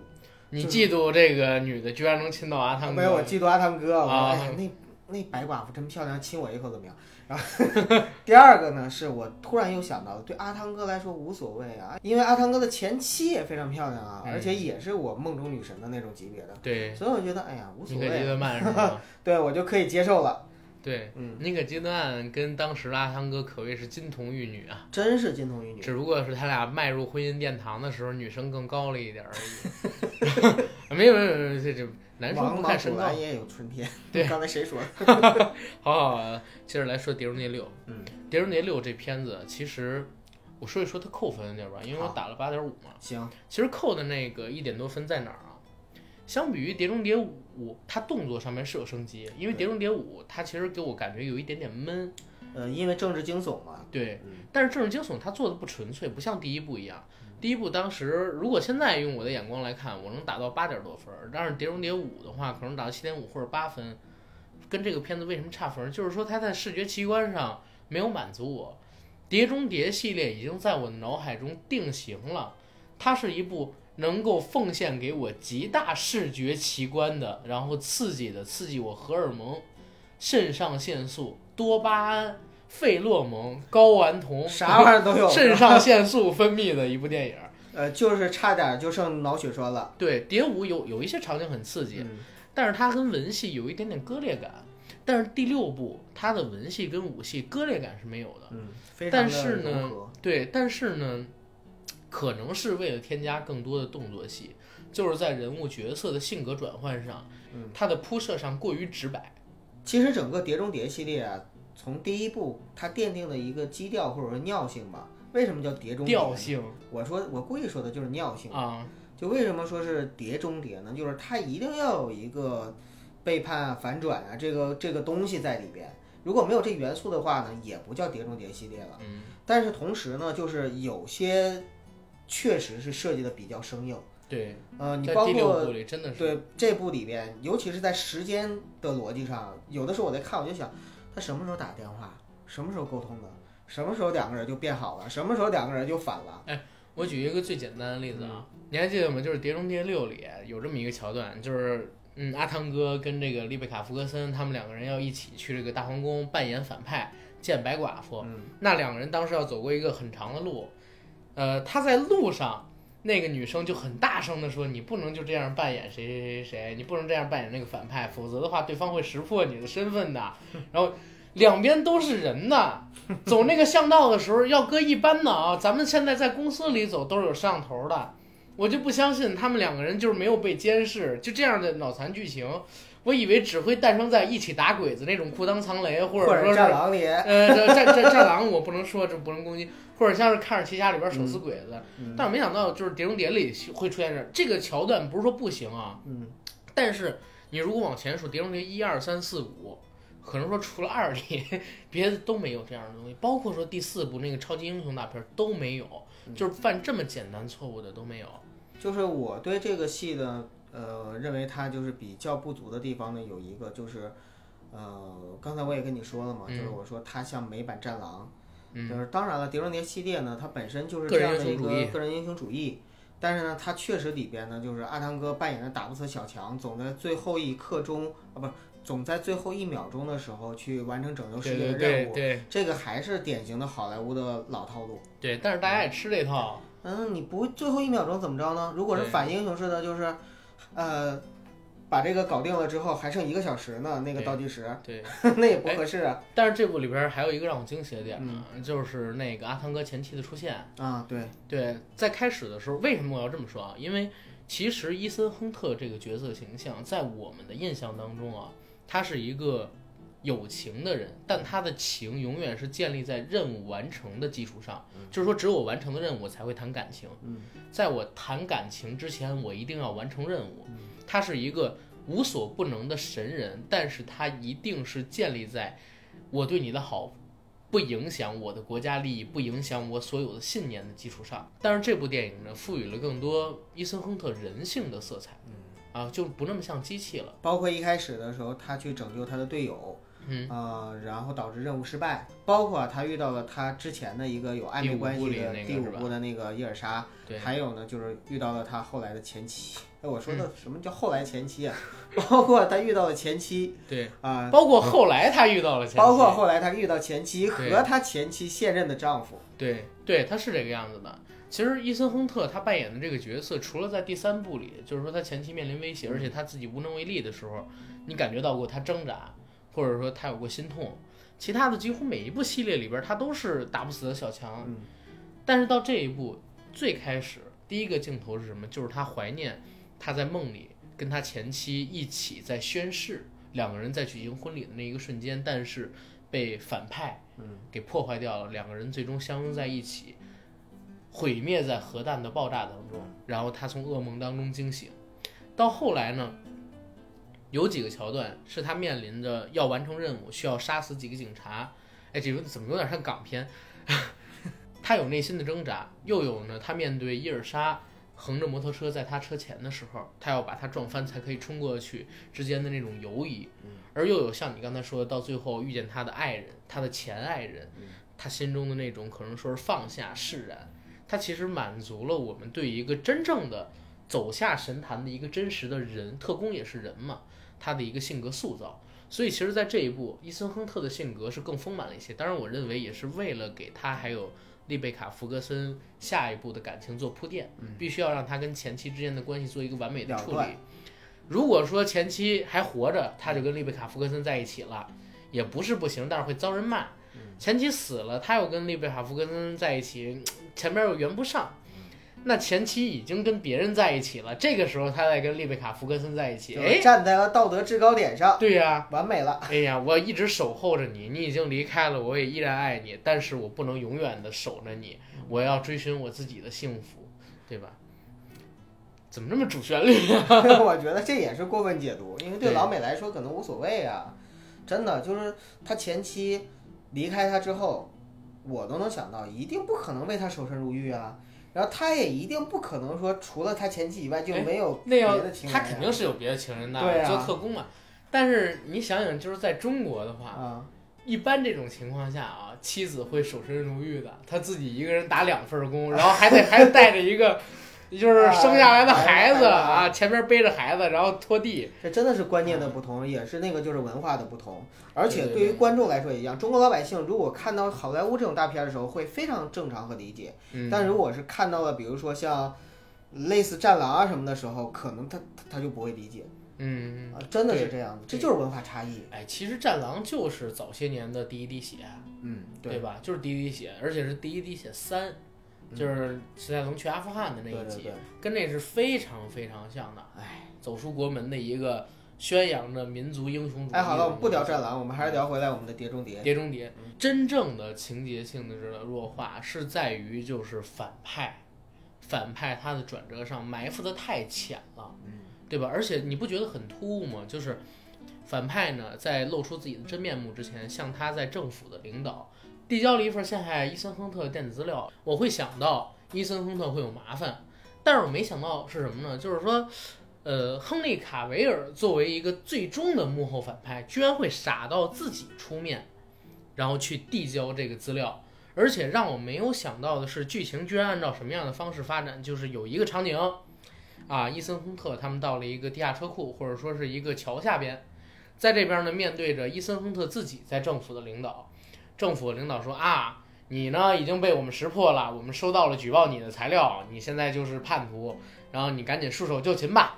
你就是嫉妒这个女的居然能亲到阿汤没有，我哥？嫉妒阿汤哥，我说啊哎呀，那那白寡妇真漂亮，亲我一口怎么样？然后 *laughs* 第二个呢，是我突然又想到了，对阿汤哥来说无所谓啊，因为阿汤哥的前妻也非常漂亮啊，嗯而且也是我梦中女神的那种级别的，对，所以我觉得哎呀无所尼可基谓，德曼是吗？对我就可以接受了。对， *laughs* 嗯，尼可基德曼跟当时的阿汤哥可谓是金童玉女啊。真是金童玉女。只不过是他俩迈入婚姻殿堂的时候，女生更高了一点而已。没有没有没有，这这男生王不莽看身古高兰。也有春天， *laughs* 对刚才谁说的？好好，好接着来说《碟中谍六》。嗯， 《碟中谍六》这片子其实我说一说它扣分对吧？因为我好打了八点五嘛。行，其实扣的那个一点多分在哪儿啊？相比于《碟中谍五》，它动作上面是有升级，因为《对碟中谍五》它其实给我感觉有一点点闷。呃，因为政治惊悚嘛，对，嗯，但是政治惊悚它做的不纯粹，不像第一部一样。第一部当时如果现在用我的眼光来看，我能打到八点多分儿，但是《碟中谍五》的话，可能打到七点五或者八分。跟这个片子为什么差分儿？就是说它在视觉奇观上没有满足我。《碟中谍》系列已经在我脑海中定型了，它是一部能够奉献给我极大视觉奇观的，然后刺激的，刺激我荷尔蒙、肾上腺素、多巴胺、费洛蒙、睾丸酮，啥玩意儿 *laughs* 都有，肾上腺素分泌的一部电影。 *laughs* 呃，就是差点就剩脑血栓了。对，《碟五》有有一些场景很刺激，嗯，但是它跟文戏有一点点割裂感。但是第六部它的文戏跟武戏割裂感是没有的。嗯，非常但的是呢柔和对，但是呢，可能是为了添加更多的动作戏，就是在人物角色的性格转换上，嗯它的铺设上过于直白。其实整个《碟中谍》系列啊，从第一部它奠定了一个基调或者说尿性吧。为什么叫碟中谍呢？调性我说我故意说的就是尿性。啊，就为什么说是碟中谍呢？就是它一定要有一个背叛啊、反转啊这个这个东西在里边。如果没有这元素的话呢，也不叫碟中谍系列了。嗯，但是同时呢，就是有些确实是设计的比较生硬。对，呃，你在包第括六部里真的嗯是对这部里边，尤其是在时间的逻辑上，有的时候我在看，我就想，他什么时候打电话，什么时候沟通的，什么时候两个人就变好了，什么时候两个人就反了。我举一个最简单的例子啊，你还记得吗？就是《碟中谍六》里有这么一个桥段，就是嗯，阿汤哥跟这个丽贝卡·福格森他们两个人要一起去这个大皇宫扮演反派，见白寡妇。嗯，那两个人当时要走过一个很长的路，呃，他在路上，那个女生就很大声的说：“你不能就这样扮演谁 *laughs* 谁谁谁，你不能这样扮演那个反派，否则的话，对方会识破你的身份的。”然后两边都是人呐。走那个巷道的时候，要搁一般的啊，咱们现在在公司里走都是有摄像头的，我就不相信他们两个人就是没有被监视，就这样的脑残剧情，我以为只会诞生在一起打鬼子那种裤裆藏雷，或或者说者是战狼里，呃这战战战狼我不能说这不能攻击，或者像是看着旗下里边手撕鬼子，嗯但我没想到就是《碟中谍》里会出现这这个桥段，不是说不行啊，嗯，但是你如果往前数，《碟中谍》一二三四五，可能说除了二里， *laughs* 别的都没有这样的东西，包括说第四部那个超级英雄大片都没有，嗯就是犯这么简单错误的都没有。就是我对这个戏的呃认为它就是比较不足的地方呢，有一个就是呃刚才我也跟你说了嘛，嗯就是我说它像美版战狼。嗯就是当然了，《碟中谍》系列呢，它本身就是个这人样的英一雄个主义个人英雄主义，但是呢，它确实里边呢，就是阿汤哥扮演的打不死小强，总在最后一刻钟啊，不是总在最后一秒钟的嗯时候去完成拯救世对界对的对任务，对这个还是典型的好莱坞的老套路。对，但是大家也吃这套，嗯，你不最后一秒钟怎么着呢？如果是对反英雄式的，就是呃，把这个搞定了之后还剩一个小时呢，那个对倒计时，对。 *laughs* 哎那也不合适啊。嗯但是这部里边还有一个让我惊喜的点呢，就是那个阿汤哥前期的出现。啊，对，对，在开始的时候，为什么我要这么说啊？因为其实伊森亨特这个角色形象，在我们的印象当中啊，他是一个有情的人，但他的情永远是建立在任务完成的基础上，就是说，只有我完成了任务，我才会谈感情。嗯，在我谈感情之前，我一定要完成任务。他是一个无所不能的神人，但是他一定是建立在我对你的好不影响我的国家利益，不影响我所有的信念的基础上。但是这部电影呢，赋予了更多伊森亨特人性的色嗯彩，啊，就不那么像机器了。包括一开始的时候，他去拯救他的队友，嗯，呃，然后导致任务失败，包括他遇到了他之前的一个有暧第昧五关部系里的那个第是五吧部的那个伊尔莎，啊对，还有呢就是遇到了他后来的前妻。哎，我说嗯的什么叫后来前妻啊？ *laughs* 包括他遇到了前妻对，啊、包括后来他遇到了前妻，包括后来他遇到前妻对和他前妻现任的丈夫。对对，他是这个样子的。其实伊森亨特他扮演的这个角色，除了在第三部里，就是说他前期面临威胁，而且他自己无能为力的时候，你感觉到过他挣扎，或者说他有过心痛。其他的几乎每一部系列里边，他都是打不死的小强。嗯但是到这一步，最开始第一个镜头是什么？就是他怀念他在梦里跟他前妻一起在宣誓，两个人在举行婚礼的那一个瞬间，但是被反派嗯给破坏掉了，两个人最终相拥在一起，毁灭在核弹的爆炸当中。然后他从噩梦当中惊醒，到后来呢，有几个桥段是他面临着要完成任务，需要杀死几个警察。哎，这有怎么有点像港片？ *laughs* 他有内心的挣扎，又有呢，他面对伊尔莎横着摩托车在他车前的时候，他要把他撞翻才可以冲过去之间的那种犹疑，而又有像你刚才说的，到最后遇见他的爱人，他的前爱人，他心中的那种可能说是放下释然，他其实满足了我们对一个真正的走下神坛的一个真实的人，特工也是人嘛，他的一个性格塑造。所以其实，在这一步，伊森亨特的性格是更丰满了一些。当然，我认为也是为了给他还有丽贝卡·福格森下一步的感情做铺垫，必须要让他跟前妻之间的关系做一个完美的嗯了处断理。如果说前妻还活着，他就跟丽贝卡·福格森在一起了，也不是不行，但是会遭人骂。前妻死了，他又跟丽贝卡·福格森在一起，前面又圆不上。那前妻已经跟别人在一起了，这个时候他再跟丽贝卡·福格森在一起，就哎是，站在了道德制高点上，对呀、完美了。哎呀，我一直守候着你，你已经离开了，我也依然爱你，但是我不能永远的守着你，我要追寻我自己的幸福，对吧？怎么这么主旋律 *laughs* 啊？我觉得这也是过分解读，因为对对老美来说可能无所谓啊。真的就是他前妻离开他之后，我都能想到，一定不可能为他守身如玉啊。然后他也一定不可能说除了他前妻以外就哎没有那别要的情人、他肯定是有别的情人的，对啊做特工嘛。但是你想想，就是在中国的话，啊，一般这种情况下啊，妻子会守身如玉的，她自己一个人打两份工，然后还 *laughs* 得还带着一个，啊就是生下来的孩子啊，前面背着孩子，然后拖地。这真的是观念的不同，也是那个就是文化的不同。而且嗯对对对于对观众来说也一样，中国老百姓如果看到好莱坞这种大片的时候，会非常正常和理解。嗯，但如果是看到了，比如说像类似《战狼》啊什么的时候，可能他他他就不会理解。嗯，啊，真的是这样子，这对就是文化差异。哎，其实《战狼》就是早些年的第一滴血，嗯，对，吧？就是第一滴血，而且是第一滴血三，嗯就是史泰龙去阿富汗的那对一集，对对，跟那是非常非常像的。哎，走出国门的一个宣扬着民族英雄主义。哎，好了，我们不聊战。狼，我嗯们还是聊回来我们的《碟中谍》。碟中谍真正的情节性质的弱化是在于就是反派，反派他的转折上埋伏的太浅了，嗯，对吧？而且你不觉得很突兀吗？就是反派呢，在露出自己的真面目之前，向他在政府的领导递交了一份陷害伊森亨特的电子资料。我会想到伊森亨特会有麻烦，但是我没想到是什么呢？就是说，呃，亨利卡维尔作为一个最终的幕后反派，居然会傻到自己出面，然后去递交这个资料。而且让我没有想到的是，剧情居然按照什么样的方式发展？就是有一个场景，啊，伊森亨特他们到了一个地下车库，或者说是一个桥下边，在这边呢，面对着伊森亨特自己在政府的领导，政府领导说啊，你呢已经被我们识破了，我们收到了举报你的材料，你现在就是叛徒，然后你赶紧束手就擒吧。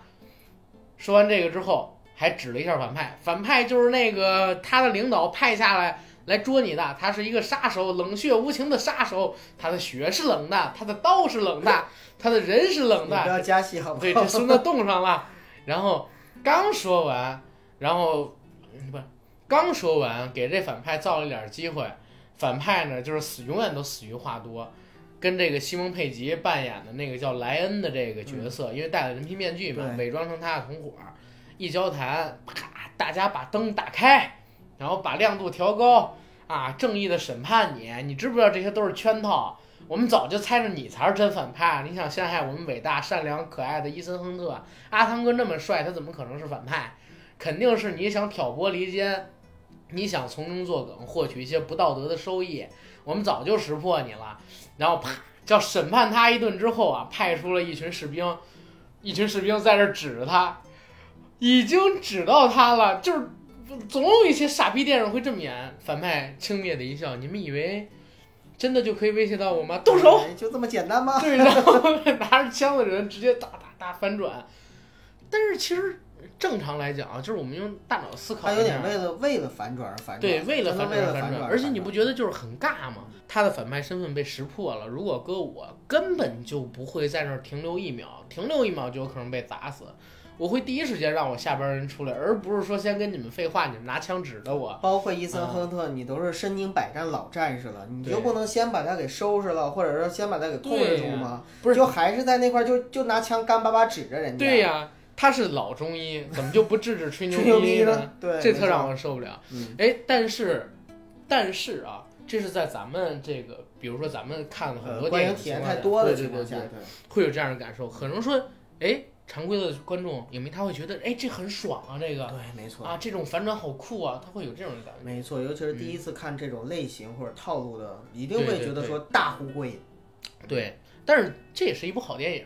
说完这个之后，还指了一下反派，反派就是那个他的领导派下来来捉你的，他是一个杀手，冷血无情的杀手，他的血是冷的，他的刀是冷的，他的人是冷你的不，要加戏好不对，好这？孙子冻上了。然后刚说完，然后嗯不是刚说完，给这反派造了一点机会。反派呢，就是死，永远都死于话多。跟这个西蒙佩吉扮演的那个叫莱恩的这个角色，因为戴了人皮面具嘛，对伪装成他的同伙，一交谈，啪，大家把灯打开，然后把亮度调高啊，正义的审判你，你知不知道这些都是圈套？我们早就猜着你才是真反派，你想陷害我们伟大、善良、可爱的伊森亨特，阿汤哥那么帅，他怎么可能是反派？肯定是你想挑拨离间，你想从中作梗，获取一些不道德的收益。我们早就识破你了，然后啪，叫审判他一顿之后啊，派出了一群士兵，一群士兵在这指着他，已经指到他了，就是总有一些傻逼电影会这么演。反派轻蔑的一笑，你们以为真的就可以威胁到我吗？动手！ *laughs* *laughs* 哎，就这么简单吗？对， *laughs* 然后拿着枪的人直接哒哒哒翻转。但是其实正常来讲啊，就是我们用大脑思考他一下，啊有点为了为了反转而反转，对为了真的反为了转转转，而而且你不反觉得就是很尬吗？他的反派身份被识破了，如果搁我，根本就不会在那儿停留一秒，停留一秒就有可能被砸死。我会第一时间让我下边人出来，而不是说先跟你们废话，你们拿枪指着我。转包括伊森亨特，你都是身经百战老战士了，你就嗯对不能先把他给收拾了，或者说先把他给控制对住呀吗？不是就还是在那块儿就就拿枪干巴巴指着人家，对呀、他是老中医，怎么就不治治吹牛吹牛逼呢？呢？对，这没特错让我受不了。嗯哎，但是，但是啊，这是在咱们这个，比如说咱们看了很呃多观电影影体验情况太下多的对情对况对下，对，会有这样的感受。可能说，哎，常规的观众影迷他会觉得，哎，这很爽啊，这个对，没错。啊，这种反转好酷啊，他会有这种感觉。没错，尤其是第一次看这种类型或者套路的，一定对会对觉得对说大呼过瘾。对，但是这也是一部好电影。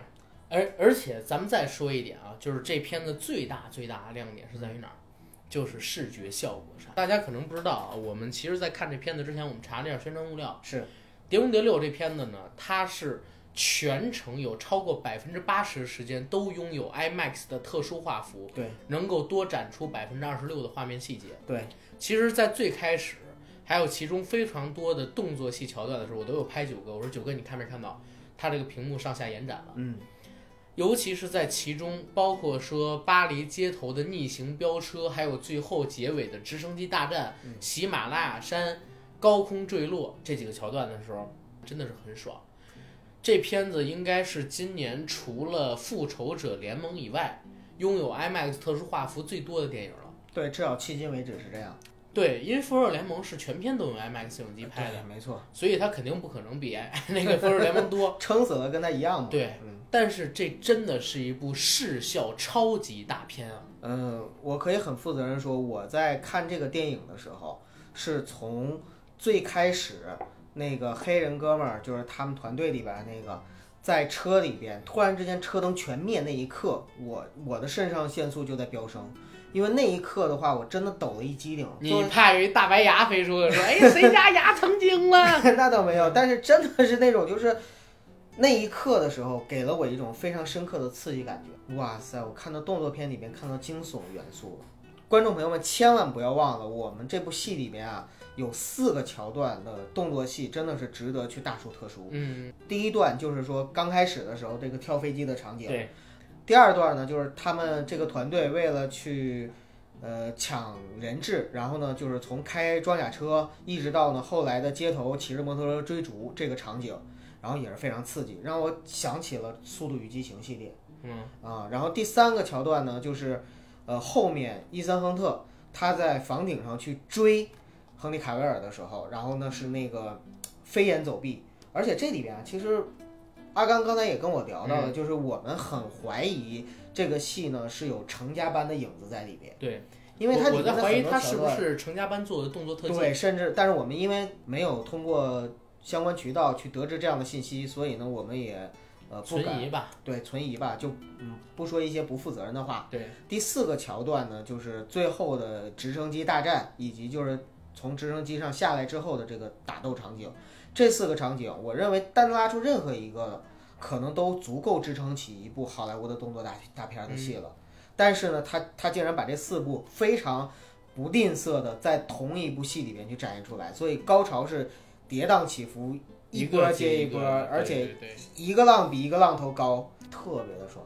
而而且咱们再说一点啊，就是这片子最大最大的亮点是在于哪儿？就是视觉效果上。大家可能不知道啊，我们其实，在看这片子之前，我们查了一下宣传物料，是， 《碟中谍六》这片子呢，它是全程有超过百分之八十时间都拥有 IMAX 的特殊画幅，对，能够多展出百分之二十六的画面细节。对，其实，在最开始，还有其中非常多的动作戏桥段的时候，我都有拍九哥，我说九哥，你看没看到它这个屏幕上下延展了？嗯，尤其是在其中，包括说巴黎街头的逆行飙车，还有最后结尾的直升机大战、喜马拉雅山高空坠落这几个桥段的时候，真的是很爽。这片子应该是今年除了《复仇者联盟》以外，拥有 IMAX 特殊画幅最多的电影了。对，至少迄今为止是这样。对，因为《复仇者联盟》是全片都用 IMAX 影机拍的啊对，，没错，所以它肯定不可能比 *laughs* 那个《复仇者联盟》多。撑死了跟他一样嘛。对嗯但是这真的是一部视效超级大片啊！嗯，我可以很负责任说，我在看这个电影的时候，是从最开始那个黑人哥们儿，就是他们团队里边儿那个，在车里边突然之间车灯全灭那一刻，我我的肾上腺素就在飙升，因为那一刻的话，我真的抖了一激灵。作你为怕有一大白牙飞出来说：“哎，谁家牙成精 *laughs* 了那倒没有，但是真的是那种就是那一刻的时候，给了我一种非常深刻的刺激感觉。哇塞，我看到动作片里面看到惊悚元素了，？”观众朋友们千万不要忘了，我们这部戏里面啊有四个桥段的动作戏，真的是值得去大书特书。嗯，第一段就是说刚开始的时候这个跳飞机的场景，对，第二段呢，就是他们这个团队为了去，呃，抢人质，然后呢，就是从开装甲车一直到呢后来的街头骑着摩托车追逐这个场景，然后也是非常刺激，让我想起了《速度与激情》系列嗯啊。然后第三个桥段呢，就是，呃，后面伊森亨特他在房顶上去追亨利卡维尔的时候，然后呢是那个飞檐走壁，而且这里边啊，其实阿甘刚才也跟我聊到了，就是我们很怀疑这个戏呢是有成家班的影子在里边，对，因为它我里我面的在很怀疑多他桥是不段是成家班做的动作特技，对，甚至但是我们因为没有通过相关渠道去得知这样的信息，所以呢，我们也呃不存敢疑吧？对存疑吧，就嗯不说一些不负责任的话。对，第四个桥段呢，就是最后的直升机大战，以及就是从直升机上下来之后的这个打斗场景。这四个场景，我认为单拉出任何一个，可能都足够支撑起一部好莱坞的动作大大片的戏了。嗯但是呢，他他竟然把这四部非常不吝啬的在同一部戏里边去展现出来，所以高潮是跌宕起伏，一波个接接一波，个而且对对对一个浪比一个浪头高，特别的爽。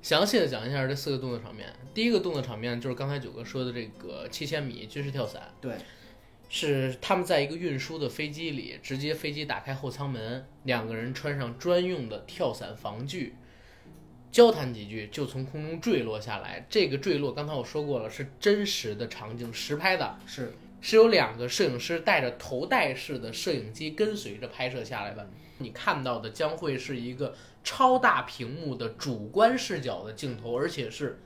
详细的讲一下这四个动作场面。第一个动作场面就是刚才九哥说的这个七千米军事跳伞，对，是他们在一个运输的飞机里，直接飞机打开后舱门，两个人穿上专用的跳伞防具，交谈几句就从空中坠落下来。这个坠落，刚才我说过了，是真实的场景实拍的，是是有两个摄影师带着头戴式的摄影机跟随着拍摄下来的。你看到的将会是一个超大屏幕的主观视角的镜头，而且是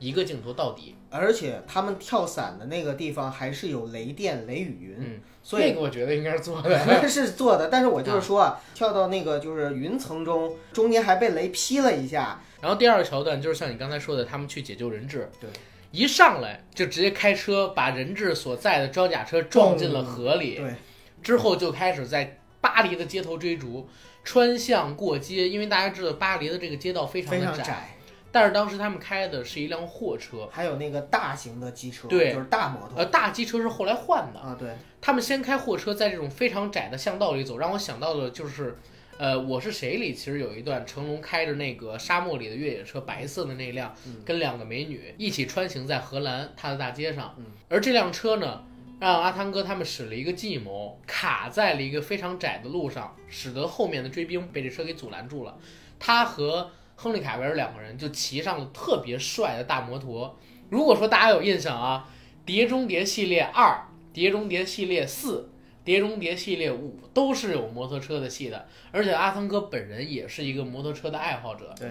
一个镜头到底。而且他们跳伞的那个地方还是有雷电、雷雨云，嗯所以那个我觉得应该是做的。是做的。但是我就是说啊，跳到那个就是云层中，中间还被雷劈了一下。然后第二个桥段就是像你刚才说的，他们去解救人质，对，一上来就直接开车把人质所在的装甲车撞进了河里，对，之后就开始在巴黎的街头追逐，穿巷过街，因为大家知道巴黎的这个街道非常非的常窄，窄。但是当时他们开的是一辆货车，还有那个大型的机车，对就是大摩托呃，大机车是后来换的，啊，对，他们先开货车在这种非常窄的巷道里走，让我想到的就是，呃，我是谁里其实有一段成龙开着那个沙漠里的越野车，白色的那辆，跟两个美女一起穿行在荷兰它的大街上，嗯而这辆车呢。让阿汤哥他们使了一个计谋，卡在了一个非常窄的路上，使得后面的追兵被这车给阻拦住了。他和亨利·卡维尔两个人就骑上了特别帅的大摩托。如果说大家有印象啊，《碟中谍》系列二《碟中谍》系列四、《碟中谍》系列五都是有摩托车的戏的，而且阿汤哥本人也是一个摩托车的爱好者。对，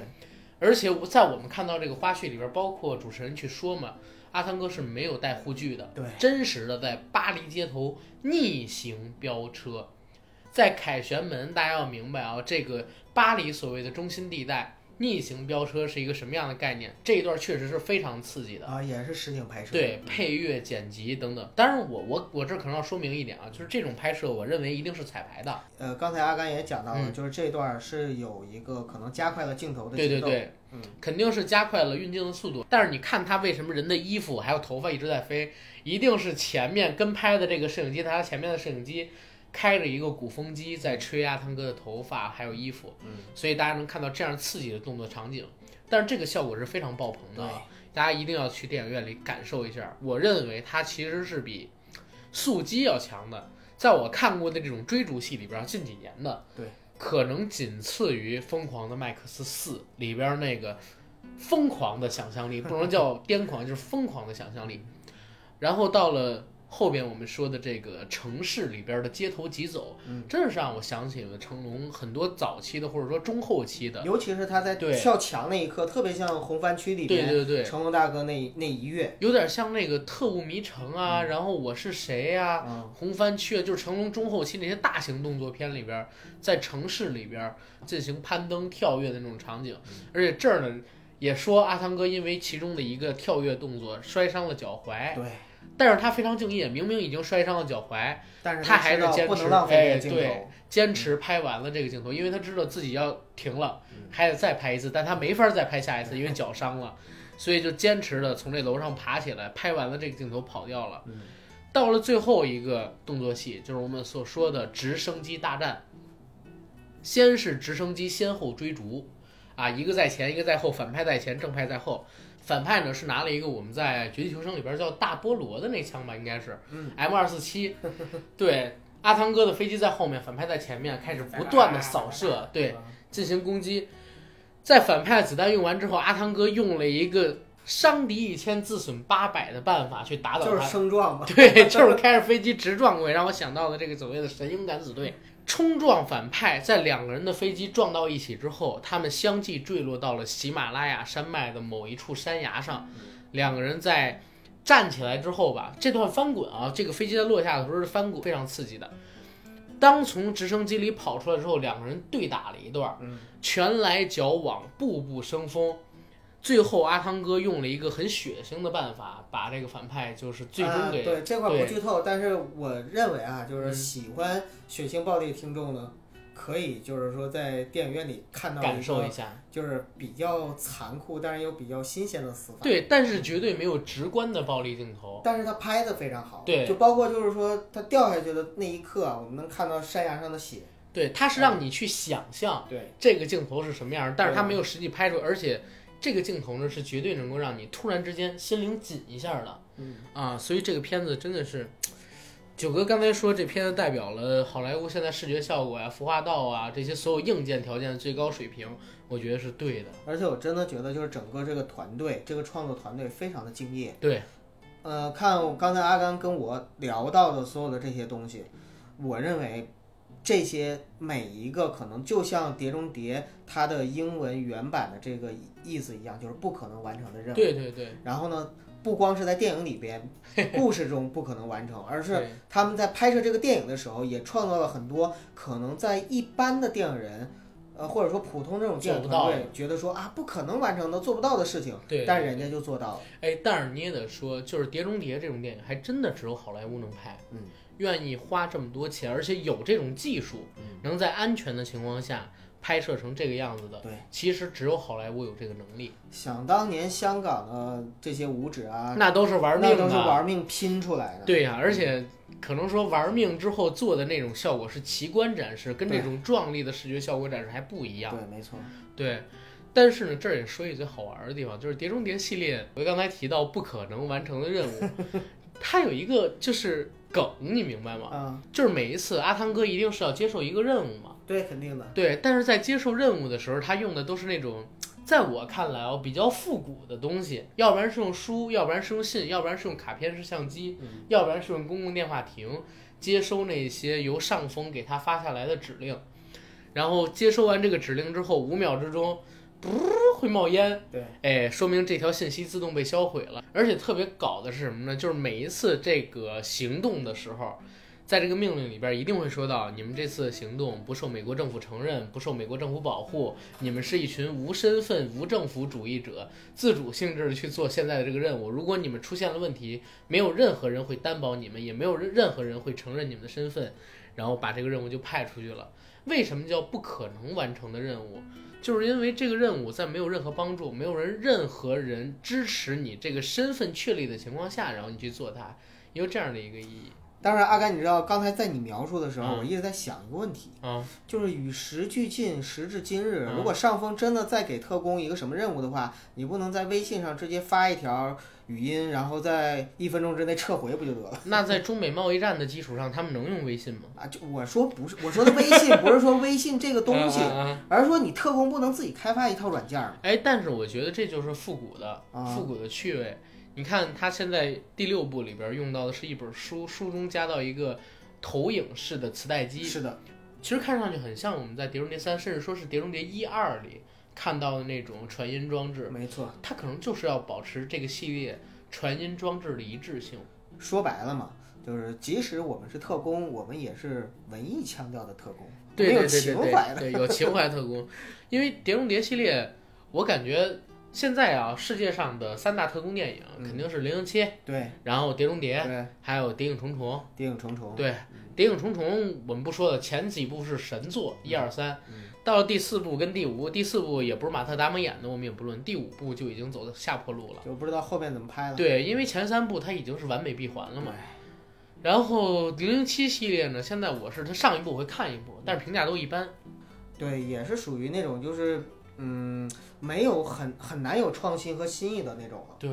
而且我在我们看到这个花絮里边，包括主持人去说嘛，阿汤哥是没有带护具的，对，真实的在巴黎街头逆行飙车。在凯旋门，大家要明白啊，这个巴黎所谓的中心地带逆行飙车是一个什么样的概念？这一段确实是非常刺激的。啊，也是实景拍摄，对，配乐、剪辑等等。当然我，我我这可能要说明一点啊，就是这种拍摄，我认为一定是彩排的。呃，刚才阿甘也讲到了，嗯就是这段是有一个可能加快了镜头的对节对奏，对，嗯肯定是加快了运镜的速度。但是你看他为什么人的衣服还有头发一直在飞，一定是前面跟拍的这个摄影机，他前面的摄影机开着一个鼓风机在吹阿汤哥的头发还有衣服，嗯，所以大家能看到这样刺激的动作场景。但是这个效果是非常爆棚的啊，大家一定要去电影院里感受一下。我认为它其实是比速激要强的，在我看过的这种追逐戏里边儿，近几年的，对，可能仅次于《疯狂的麦克斯四》里边儿那个疯狂的想 *laughs* 象力，不能叫癫狂，就是疯狂的想象力。然后到了后边我们说的这个城市里边儿的街头疾走，嗯真是让我想起了成龙很多早期的或者说中后期的，尤其是他在对跳墙那一刻，特别像红番区里对面对对，成龙大哥那那一跃，有点像那个《特务迷城》啊，然后《我是谁》呀、嗯红番区》啊，就是成龙中后期那些大型动作片里边儿，在城市里边儿进行攀登、跳跃的那种场景。而且这儿呢，也说阿汤哥因为其中的一个跳跃动作摔伤了脚踝，对，但是他非常敬业，明明已经摔伤了脚踝，但是哎他还还是知道坚不持能浪费哎这个镜对头，坚持拍完了这个镜头，因为他知道自己要停了，还得再拍一次，但他没法再拍下一次，因为脚伤了。所以就坚持的从这楼上爬起来，拍完了这个镜头跑掉了。到了最后一个动作戏，就是我们所说的直升机大战。先是直升机先后追逐，啊，一个在前，一个在后，反派在前，正派在后。反派呢是拿了一个我们在《绝地求生》里边叫大菠萝的那枪吧，应该是嗯 M 二四七，对，阿汤哥的飞机在后面，反派在前面，开始不断的扫哎射，对，进行攻击。在反派子弹用完之后，阿汤哥用了一个伤敌一千自损八百的办法去打倒就是他。升撞嘛， *laughs* *laughs* 对，就是开着飞机直撞过去，让我想到了这个所谓的神勇敢死队冲撞反派，在两个人的飞机撞到一起之后，他们相继坠落到了喜马拉雅山脉的某一处山崖上。嗯两个人在站起来之后吧，这段翻滚啊，这个飞机在落下的时候是翻滚，非常刺激的。当从直升机里跑出来之后，两个人对打了一段儿嗯，拳来脚往，步步生风。最后，阿汤哥用了一个很血腥的办法，把这个反派就是最终啊给对这块不对剧透，但是我认为啊，就是嗯喜欢血腥暴力的听众呢，可以就是说在电影院里看到感一受个一下。就是比较残酷，但是又比较新鲜的死法。对，但是绝对没有直观的暴力镜头。但是他拍的非常好，哦对就包括就是说他掉下去的那一刻啊，我们能看到山崖上的血，对，它嗯是让你去想象对，这个镜头是什么样儿，但是它对没有实际拍出来，而且这个镜头呢是绝对能够让你突然之间心灵紧一下的嗯，啊！所以这个片子真的是。九哥刚才说，这片子代表了好莱坞现在视觉效果呀、服化道啊这些所有硬件条件的最高水平，我觉得是对的。而且我真的觉得就是整个这个团队，这个创作团队非常的敬业。对，呃，看我刚才阿甘跟我聊到的所有的这些东西，我认为这些每一个可能就像《碟中谍》它的英文原版的这个意思一样，就是不可能完成的任务。对对对，然后呢，不光是在电影 *laughs* 里边，故事中不可能完成，而是对他们在拍摄这个电影的时候，也创造了很多可能在一般的电影人，呃，或者说普通这种电影做不到团队觉得说啊不可能完成的、做不到的事情，对，但人家就做到了。哎，但是你也得说，就是《碟中谍》这种电影，还真的只有好莱坞能拍，嗯，愿意花这么多钱，而且有这种技术，嗯能在安全的情况下拍摄成这个样子的，对，其实只有好莱坞有这个能力，想当年香港的这些武指啊，那都是玩那命都是的，玩命嗯拼出来的。对呀、而且可能说玩命之后做的那种效果是奇观展示，跟这对种壮丽的视觉效果展示还不一样。对，没错。对，但是呢，这儿也说一嘴好玩儿的地方，就是《碟中谍》系列，我刚才提到不可能完成的任务，它有一个就是梗，你明白吗？嗯，就是每一次阿汤哥一定是要接受一个任务嘛，对，肯定的。对，但是在接受任务的时候，他用的都是那种。在我看来哦，比较复古的东西，要不然是用书，要不然是用信，要不然是用卡片式相机，嗯要不然是用公共电话亭接收那些由上峰给他发下来的指令，然后接收完这个指令之后，五秒之中，噗会冒烟，对，哎，说明这条信息自动被销毁了。而且特别搞的是什么呢？就是每一次这个行动的时候，在这个命令里边一定会说到，你们这次行动不受美国政府承认，不受美国政府保护，你们是一群无身份、无政府主义者，自主性质的去做现在的这个任务。如果你们出现了问题，没有任何人会担保你们，也没有任任何人会承认你们的身份，然后把这个任务就派出去了。为什么叫不可能完成的任务？就是因为这个任务在没有任何帮助、没有人任何人支持你这个身份确立的情况下，然后你去做它，也有这样的一个意义当然，阿甘，你知道刚才在你描述的时嗯候，我一直在想一个问题， *laughs* 啊。就是与时俱进，时至今日，嗯如果上峰真的再给特工一个什么任务的话，你不能在微信上直接发一条语音，然后在一分钟之内撤回不就得了？那在中美贸易战的基础上，他们能用微信吗？啊，就我说不是，我说的微信不是说微信这个 *laughs* 东西啊，啊啊而是说你特工不能自己开发一套软件儿哎，但是我觉得这就是复古的啊复古的趣味。你看他现在第六部里边用到的是一本书，书中加到一个投影式的磁带机，是的，其实看上去很像我们在《碟中谍三》，甚至说是《碟中谍一二》里看到的那种传音装置。没错。它可能就是要保持这个系列传音装置的一致性。说白了嘛，就是即使我们是特工，我们也是文艺腔调的特工，对没对对有对情怀对，对有情怀特工。因为《碟中谍》系列，我感觉现在啊，世界上的三大特工电影嗯肯定是《零零七》，对然后《碟中谍》，对，还有《谍影重重》。谍影重重，对，《谍影重重》我们不说了，前几部是神作，一二三嗯，到第四部跟第五部，第四部也不是马特·达蒙演的，我们也不论，第五部就已经走到下坡路了。就不知道后面怎么拍了。对，因为前三部它已经是完美闭环了嘛。然后《零零七》系列呢，现在我是它上一部我会看一部，但是评价都一般。对，也是属于那种就是嗯，没有很很难有创新和新意的那种了。对，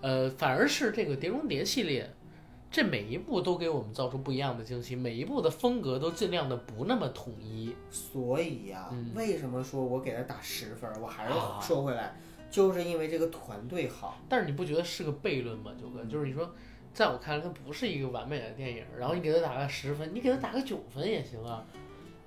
呃，反而是这个《碟中谍》系列，这每一部都给我们造出不一样的惊喜，每一部的风格都尽量的不那么统一。嗯所以呀、嗯为什么说我给他打十分儿？我还是啊说回来，就是因为这个团队好。但是你不觉得是个悖论吗，九哥？就是你说，在我看来，它不是一个完美的电影，然后你给它打个十分，你给它打个九分也行啊。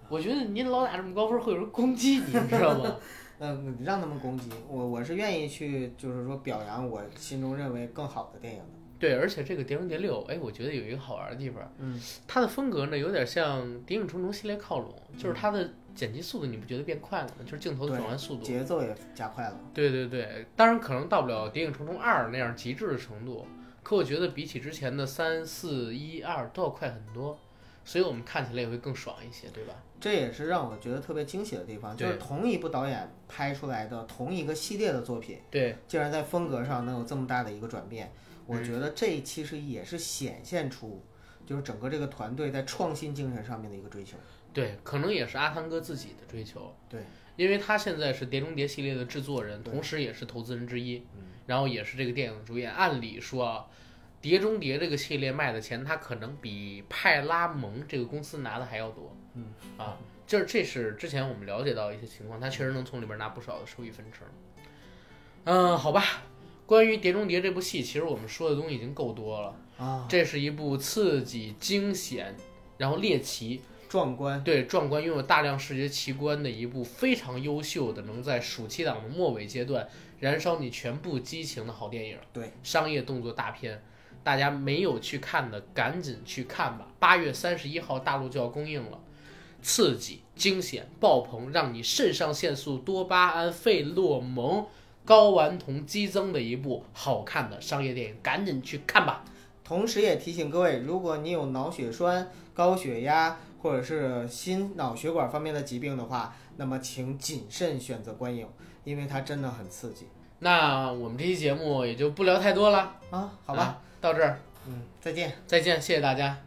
我觉得你老打这么高分，会有人攻击你，你知道吗？嗯，你让他们攻击我，我是愿意去，就是说表扬我心中认为更好的电影的。对，而且这个《碟中谍六》，哎，我觉得有一个好玩的地方，嗯，它的风格呢有点向《谍影重重》系列靠拢，就是它的剪辑速度，你不觉得变快了吗？就是镜头的转换速度。节奏也加快了。对对对，当然可能到不了《谍影重重二》那样极致的程度，可我觉得比起之前的三四一二都要快很多，所以我们看起来也会更爽一些，对吧？这也是让我觉得特别惊喜的地方，就是对同一部导演拍出来的同一个系列的作品，对，竟然在风格上能有这么大的一个转变。我嗯觉得这其实也是显现出，就是整个这个团队在创新精神上面的一个追求。对，可能也是阿汤哥自己的追求。对，因为他现在是《碟中谍》系列的制作人，对同时也是投资人之一嗯，然后也是这个电影的主演。按理说啊，《碟中谍》这个系列卖的钱，他可能比派拉蒙这个公司拿的还要多。嗯，啊，这这是之前我们了解到一些情况，他确实能从里边拿不少的收益分成。嗯，好吧。关于《碟中谍》这部戏，其实我们说的东西已经够多了。啊，这是一部刺激、惊险，然后猎奇，壮观！对壮观拥有大量视觉奇观的一部非常优秀的，能在暑期档的末尾阶段燃烧你全部激情的好电影。对，商业动作大片，大家没有去看的赶紧去看吧！八月三十一号大陆就要公映了，刺激、惊险、爆棚，让你肾上腺素、多巴胺、费洛蒙、睾丸酮激增的一部好看的商业电影，赶紧去看吧！同时也提醒各位，如果你有脑血栓、高血压或者是心脑血管方面的疾病的话，那么请谨慎选择观影，因为它真的很刺激那我们这期节目也就不聊太多了，啊。好吧，啊，到这儿嗯，再见。再见，谢谢大家。